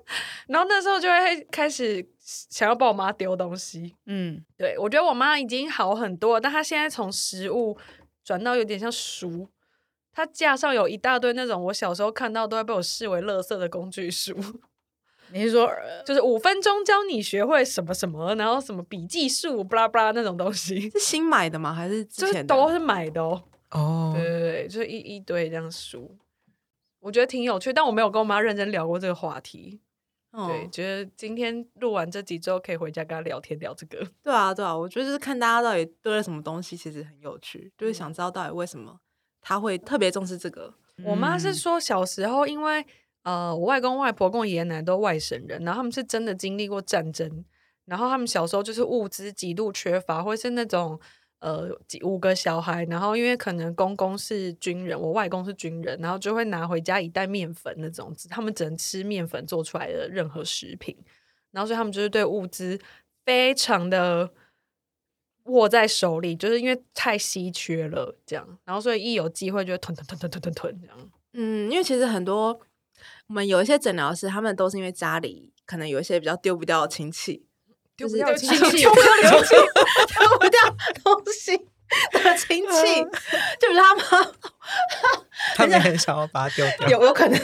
然后那时候就会开始想要帮我妈丢东西。
嗯，
对我觉得我妈已经好很多了，但她现在从食物转到有点像书。她架上有一大堆那种我小时候看到都会被我视为垃圾的工具书，
你是说呃
就是五分钟教你学会什么什么，然后什么笔记术，巴拉巴拉那种东西，
是新买的吗？还是
就
之
是
前的？
都是买的哦。
哦，
对对对，就是一一堆这样书，我觉得挺有趣，但我没有跟我妈认真聊过这个话题。
嗯
对，觉得今天录完这集之后，可以回家跟她聊天聊这个。
对啊，对啊，我觉得就是看大家到底堆了什么东西，其实很有趣，就是想知道到底为什么他会特别重视这个。
我妈是
嗯
说小时候因为呃，我外公外婆跟我爷爷奶奶都是外省人，然后他们是真的经历过战争，然后他们小时候就是物资极度缺乏，或是那种。呃，几五个小孩，然后因为可能公公是军人，我外公是军人，然后就会拿回家一袋面粉那种，他们只能吃面粉做出来的任何食品，然后所以他们就是对物资非常的握在手里，就是因为太稀缺了，这样，然后所以一有机会就会囤囤囤囤囤囤囤这样。
嗯，因为其实很多我们有一些诊疗师，他们都是因为家里可能有一些比较丢不掉的亲戚，
丢
就
不
是
掉亲 戚
丢不掉亲戚，丢不掉东西的亲戚，就比如他妈
他们很想要把它丢掉。
有有可 能，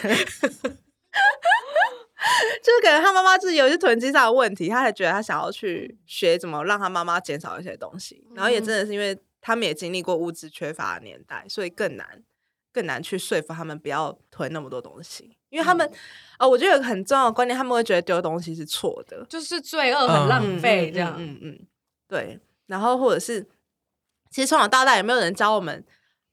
就是可能他妈妈就是有一些囤积上的问题，他才觉得他想要去学怎么让他妈妈减少一些东西，然后也真的是因为他们也经历过物资缺乏的年代，所以更难更难去说服他们不要囤那么多东西，因为他们啊、我觉得有个很重要的观念，他们会觉得丢东西是错的，
就是罪恶
嗯
很浪费这样。
嗯嗯嗯嗯对。然后或者是，其实从小到大有没有人教我们，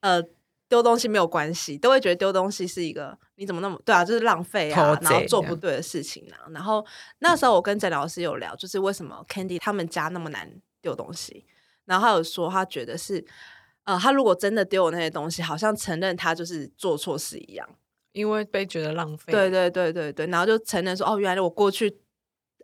呃，丢东西没有关系，都会觉得丢东西是一个你怎么那么对啊，就是浪费啊
偷，贼
然后做不对的事情啊。然后那时候我跟郑老师有聊，就是为什么 Candy 他们家那么难丢东西，然后他有说他觉得是。呃，他如果真的丢我那些东西，好像承认他就是做错事一样。
因为被觉得浪费。
对对对对对，然后就承认说，哦，原来我过去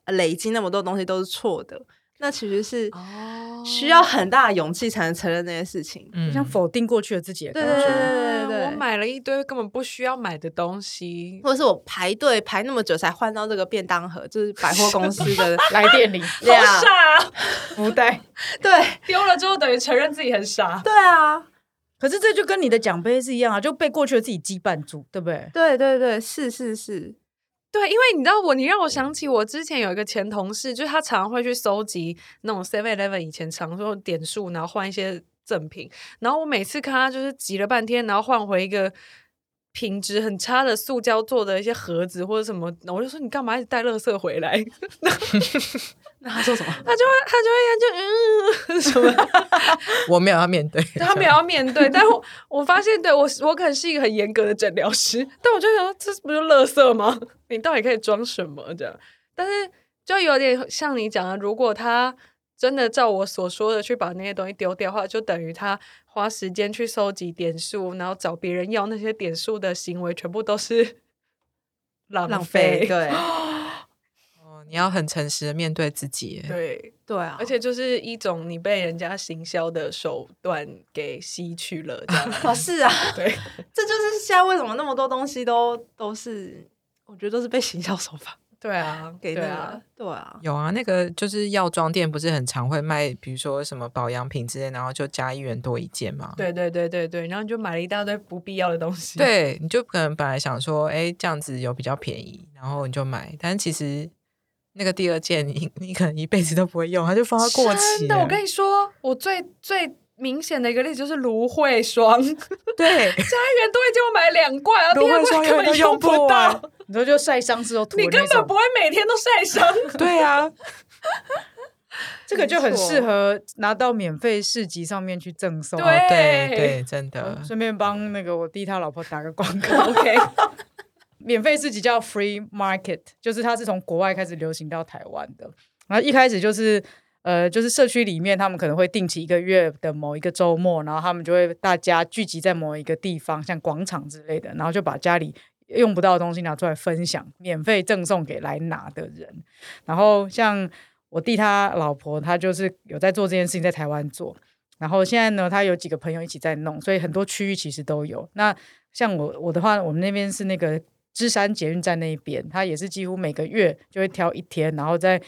呃累积那么多东西都是错的。那其实是
哦
需要很大的勇气才能承认那些事情。
嗯
就像否定过去的自己的
对
感
对对
觉？
对对对，
啊我买了一堆根本不需要买的东西。
或者是我排队排那么久才换到这个便当盒，就是百货公司 的
来店里
量。
傻啊，
福袋，
对
丢了之后等于承认自己很傻。
对啊，
可是这就跟你的奖杯是一样啊，就被过去的自己羁绊住，对不对？
对对对，是是是，
对，因为你知道我，你让我想起我之前有一个前同事，就是他常常会去搜集那种 Seven Eleven 以前常说的点数，然后换一些赠品。然后我每次看他就是急了半天，然后换回一个品质很差的塑胶做的一些盒子或者什么，我就说你干嘛一直带垃圾回来？
那他 说什么？
他就会他就会他就嗯 什么的，
我没有要面对，
他没有要面对。但我 我发现，对我是我可能是一个很严格的诊疗师，但我就想说，这不是垃圾吗？ 你到底可以装什么这样？但是就有点像你讲的，如果他真的照我所说的去把那些东西丢掉的话，就等于他花时间去收集点数，然后找别人要那些点数的行为，全部都是 浪
浪费，对
哦，你要很诚实的面对自己耶。
对，
对啊，
而且就是一种你被人家行销的手段给吸去了，这 样
哦是啊，
对。
这就是现在为什么那么多东西都都是，我觉得都是被行销手法
对啊，
给那
对
个，
啊，
对啊，
有啊，那个就是药妆店不是很常会卖，比如说什么保养品之类，然后就加一元多一件嘛。
对对对对对，然后你就买了一大堆不必要的东西。，
对，你就可能本来想说，哎，这样子有比较便宜，然后你就买，但其实那个第二件你你可能一辈子都不会用，它就放到过期
真
了。
的，我跟你说，我最最明显的一个例子就是芦荟霜， 家
对，
园都已经我买了两罐，然后
芦
第二
荟霜
罐根
永
本
远都
用
用
不
不
到
完，，
你说就晒伤之后涂的
你
那种，
根本不会每天都晒伤。
对啊，
这个就很
错
适
哦
合拿到免费市集上面去赠送。
哦对
对
对，真的
哦，顺便帮那个我弟他老婆打个广告。
OK，
免费市集叫 Free Market，就是它是从国外开始流行到台湾的。然后一开始就是呃，就是社区里面他们可能会定期一个月的某一个周末，然后他们就会大家聚集在某一个地方，像广场之类的，然后就把家里。用不到的东西拿出来分享，免费赠送给来拿的人。然后像我弟他老婆，他就是有在做这件事情，在台湾做。然后现在呢，他有几个朋友一起在弄，所以很多区域其实都有。那像我我的话，我们那边是那个芝山捷运站那一边，它也是几乎每个月就会挑一天，然后在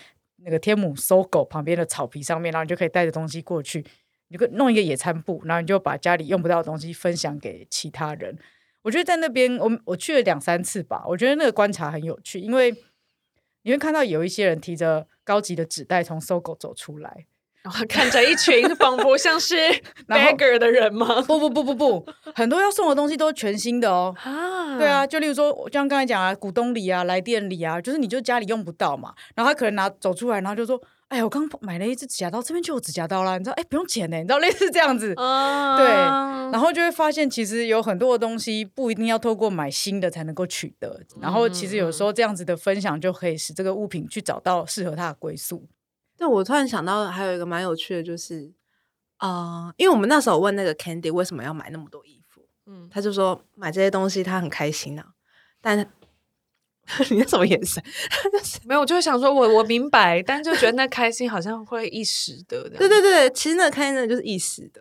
那个天母搜狗旁边的草皮上面，然后你就可以带着东西过去，你就弄一个野餐布，然后你就把家里用不到的东西分享给其他人。我觉得在那边，我们我去了两三次吧，我觉得那个观察很有趣，因为你会看到有一些人提着高级的纸袋从搜狗走出来，
然后看着一群仿佛像 是
然后
beggar 的人吗？
不不不不不，很多要送的东西都是全新的哦。
啊
对，啊，就例如说，就像刚才讲啊，股东礼啊、来电礼啊，就是你就家里用不到嘛，然后他可能拿走出来，然后就说：“哎，我刚买了一支指甲刀，这边就有指甲刀啦。”你知道，哎，不用钱呢，你知道类 似这样子。
啊
对然后就会发现，其实有很多的东西不一定要透过买新的才能够取得。然后其实有时候这样子的分享，就可以使这个物品去找到适合它的归宿。
对，我突然想到还有一个蛮有趣的，就是啊、呃因为我们那时候问那个 Candy 为什么要买那么多衣服，
嗯，
他就说买这些东西他很开心啊，但 你那什么眼神？
没有，我就会想说我我明白，但就觉得那开心好像会一时的，
对对对，其实那个开心真的就是一时的，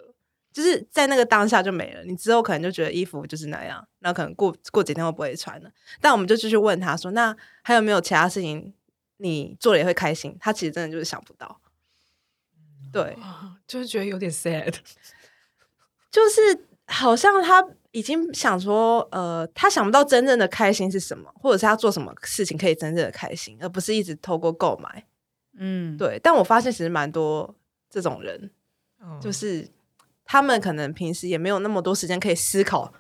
就是在那个当下就没了。你之后可能就觉得衣服就是那样，然后可能过过几天会不会穿了。但我们就继续问他说，那还有没有其他事情你做了也会开心？他其实真的就是想不到。对，
哇， 就是觉得有点 sad。
就是好像他已经想说，呃，他想不到真正的开心是什么，或者是他做什么事情可以真正的开心，而不是一直透过购买。
嗯，，
对，但我发现其实蛮多这种人，
嗯
就是他们可能平时也没有那么多时间可以思考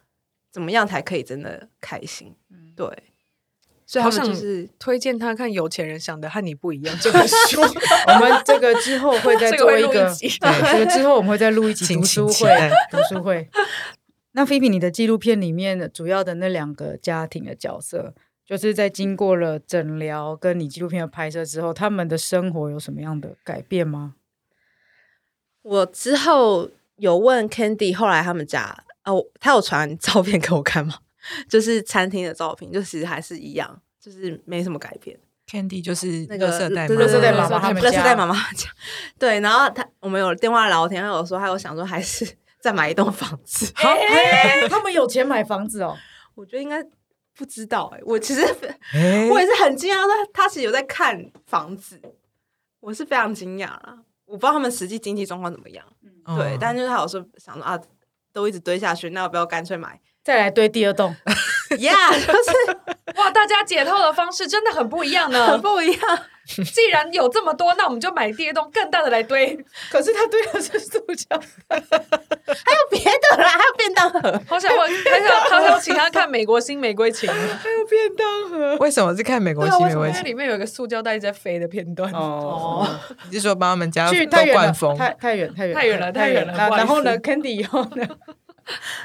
怎么样才可以真的开心。对，所以他
好
们就
想
是
推荐他看《有钱人想的和你不一样》这本书，
我们 这个之后会再
这个
做
会
一
录
个
一，集
对，这个之后我们会再录一集
敬
读
请
书
期
会
待，
读书会。 那菲比，你的纪录片里面的主要的那两个家庭的角色，就是在经过了诊疗跟你纪录片的拍摄之后，他们的生活有什么样的改变吗？
我之后有问 Candy，后来他们家哦，他有传照片给我看吗？ 就是餐厅的照片，就其实还是一样，就是没什么改变。
Candy 就是
那个
垃圾袋
对
嘛，
对
垃
对
圾袋
对
妈妈
对
他们
垃圾
家
袋妈妈家。对，然后他我们有电话聊天，他有说，他有想说还是 再买一栋房子。
好，哎他们有钱买房子哦。
我觉得应该不知道哎、我其实
哎
我也是很惊讶，他他其实有在看房子，我是非常惊讶啦。我不知道他们实际经济状况怎么样，对，
嗯
但就是他有说想说啊，都一直堆下去，那要不要干脆买
再来堆第二栋，
？Yeah，就是
哇，大家解套的方式真的很不一样呢
很。不一样。
既然有这么多，那我们就买第二栋更大的来堆。
可是他堆的是塑胶，
别的啦，还有便当盒，
好想问，好想好想请他看《美国新玫瑰情》，
还有便 当盒。
为什么是看美国
对啊，
新
为
美
什么？
国
因为
新？
里面有一个塑胶袋一直在飞的片段。
哦，
你是说帮他们家
去
都
太远了
灌，风？
太太远，太远，
太远了太远了
那
不好意
然
思
后呢，Candy 以后呢？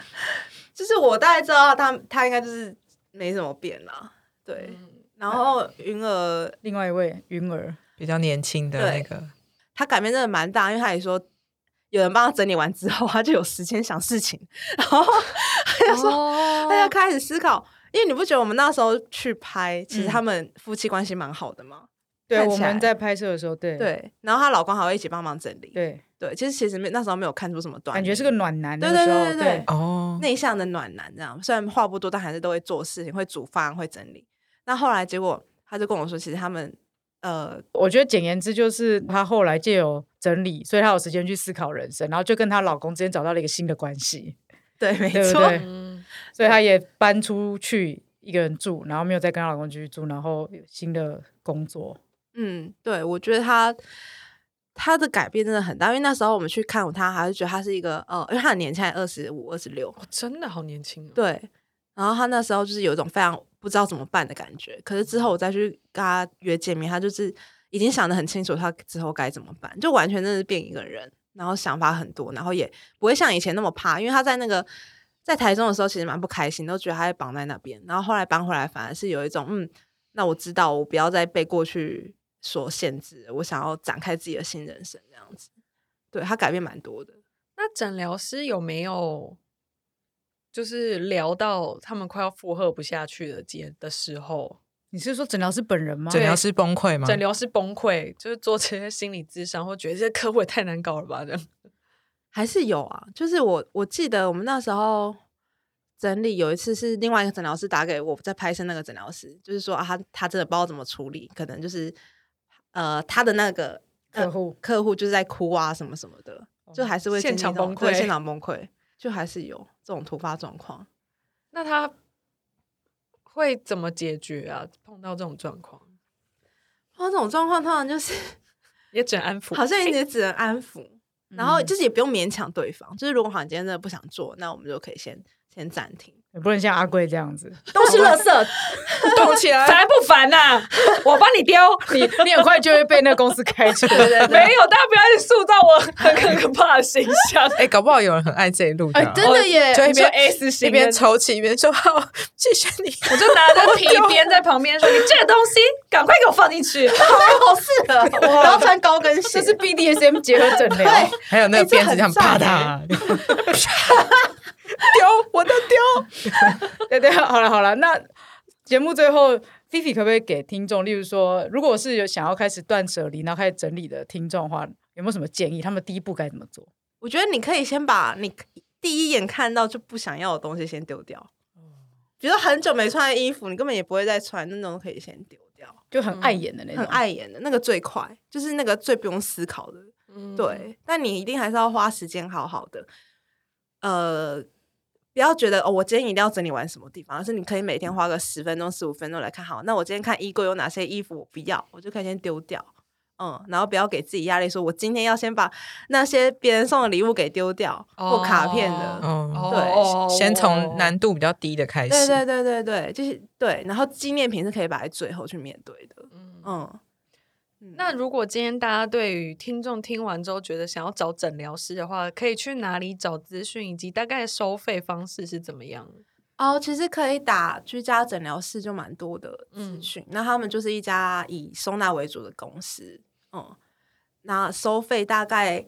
就是我大概知道他他应该就是没什么变啦，对。然后云儿
另外一位云儿，
比较年轻的那
对
个，
他改变真的蛮大，因为他也说有人帮他整理完之后，他就有时间想事情，然后他就说、大家
哦，
开始思考，因为你不觉得我们那时候去拍，其实他们夫妻关系蛮好的吗？
对，
看
我
起来
们在拍摄的时候，对
对，然后她老公还会一起帮忙整理，
对，
对，其实其实没那时候没有看出什么端倪，
感觉是个暖男
对
那个时候，
对对对对
哦，
内向的暖男这样，虽然话不多，但还是都会做事情，会煮饭，会整理。那后来结果他就跟我说，其实他们呃，
我觉得简言之就是她后来借由整理，所以她有时间去思考人生，然后就跟她老公之间找到了一个新的关系，
对，没
对不
错，
对
嗯，
所以她也搬出去一个人住，然后没有再跟她老公继续住，然后有新的工作。
嗯，对，我觉得他他的改变真的很大，因为那时候我们去看他，还是觉得他是一个呃，因为他很年轻，才二十五、二十六，
我真的好年轻哦。
对。然后他那时候就是有一种非常不知道怎么办的感觉，可是之后我再去跟他约见面，他就是已经想得很清楚，他之后该怎么办，就完全真的是变一个人，然后想法很多，然后也不会像以前那么怕，因为他在那个在台中的时候其实蛮不开心，都觉得他被绑在那边，然后后来搬回来反而是有一种嗯，那我知道我不要再被过去所限制，我想要展开自己的新人生这样子，对他改变蛮多的。
那诊疗师有没有就是聊到他们快要负荷不下去的阶的时候，
你是说诊疗师本人吗？
诊疗师崩溃吗？
诊疗师崩溃，就是做这些心理咨商，或觉得这客户也太难搞了吧？这样
还是有啊，就是我我记得我们那时候整理有一次是另外一个诊疗师打给我在拍摄那个诊疗师，就是说啊他他真的不知道怎么处理，可能就是呃他的那个呃
客户
客户就是在哭啊什么什么的，就还是会
现
经历
场
这种
崩
对
溃
现场崩溃就还是有这种突发状况。
那他会怎么解决啊？碰到这种状况，
碰到哦这种状况，通常就是
也只能安抚。哎
好像也只能安抚，然后就是也不用勉强对方。就是如果好像今天真的不想做，那我们就可以先先暂停。
也不能像阿贵这样子，
都是垃圾，
动起来，
烦不烦呐、 我帮你丢，
你你很快就会被那个公司开除。 对对
没有，大家不要去塑造我很很可怕的形象。
哎、搞不好有人很爱这一路的、
哎、
啊，
真的耶！
就一
你说
边
S 型
一
的
边抽泣一边说好，谢谢你。
我就拿着皮鞭在旁 边说：“你这个东西，赶快给我放进去。
好适合，哦 然后穿高跟鞋
这，是 BDSM 结合诊疗，
还有那个
哎这
鞭子这 欸样
很赞
啪嗒，
哎
丢我的丢。
对对，好了好了，那节目最后菲菲可不可以给听众，例如说，如果是有想要开始断舍离，然后开始整理的听众的话，有没有什么建议？他们第一步该怎么做？
我觉得你可以先把你第一眼看到就不想要的东西先丢掉。比如说很久没穿的衣服，你根本也不会再穿，那种可以先丢掉。
就很碍眼的那种，
嗯很碍眼的那个最快，就是那个最不用思考的。”
嗯，
对，但你一定还是要花时间好好的，呃，不要觉得哦，我今天一定要整理完什么地方，而是你可以
嗯
每天花个十分钟、十五分钟来看。好，那我今天看衣柜有哪些衣服我不要，我就可以先丢掉。嗯，然后不要给自己压力，说我今天要先把那些别人送的礼物给丢掉、或卡片的。
哦，
哦
先从难度比较低的开始。
对对对对对，就是对。然后纪念品是可以摆在最后去面对的。
嗯
嗯，嗯
那如果今天大家对于听众听完之后觉得想要找诊疗师的话，可以去哪里找资讯，以及大概收费方式是怎么样？
哦，其实可以打居家诊疗室就蛮多的资讯，那他们就是一家以收纳为主的公司，嗯，那收费大概，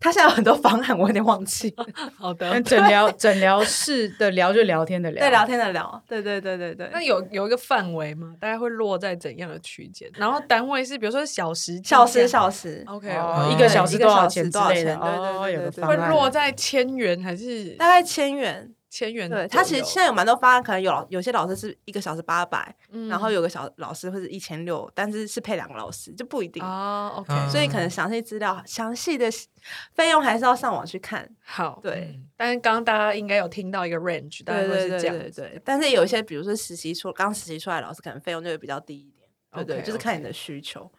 他现在有很多方案，我有点忘记了，
好的
跟，诊 疗诊疗室的聊就聊天的聊，
对，聊天的聊，对对对对
那
对，
有有一个范围吗？大概会落在怎样的区间？然后单位是比如说小时计
小时
价
小时，
，OK，
哦
对
一个小时
一个
多少
小
钱
时
之
多少
类的，
钱对对
哦，
对
有个
对对
方
会
案
落在千元还是
大概千元，
千元左右？
对，他其实现在有蛮多方案，可能有老有些老师是一个小时八百、
嗯
然后有个小老师会是一千六，但是是配两个老师，就不一定。
啊，OK，
嗯
所以可能详细资料、详细的费用还是要上网去看。
好，
对，
但是刚刚大家应该有听到一个 range，大概
对
会是
对
这样
对对对。但是有一些，比如说实习出刚实习出来的老师，可能费用就会比较低一点。对对
OK，
就是看你的需求。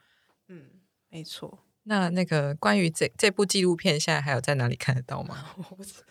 嗯，没错。
那那个关于这这部纪录片，现在还有在哪里看得到吗？
因为是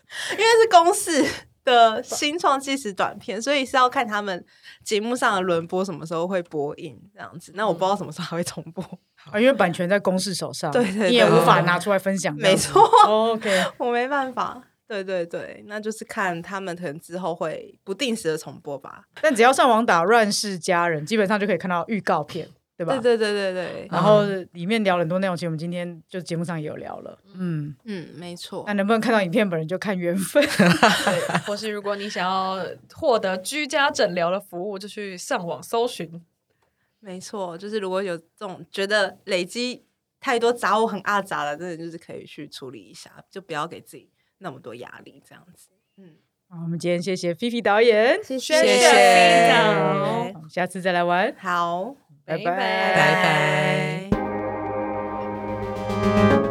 公 视的新创纪实短片，所以是要看他们节目上的轮播什么时候会播映这样子。那我不知道什么时候还会重 播。
啊，因为版权在公司手上，
对对对
你也无法
对
拿出来分享。
没错，
哦，OK，
我没办法。对对对，那就是看他们可能之后会不定时的重播吧。
但只要上网打“乱世佳人”，基本上就可以看到预告片，对吧？
对对对对对，
然后里面聊了很多内容，其实我们今天就节目上也有聊了，嗯，
嗯，没错
那。能不能看到影片本人就看缘分。
对，或是如果你想要获得居家诊疗的服务，就去上网搜寻。
没错，就是如果有这种觉得累积太多杂物很阿杂了，真的就是可以去处理一下，就不要给自己那么多压力，这样子。嗯，
好我们今天谢谢菲菲导演，
谢
谢谢
谢
我们下次再来玩，
好，
拜
拜
拜
拜拜。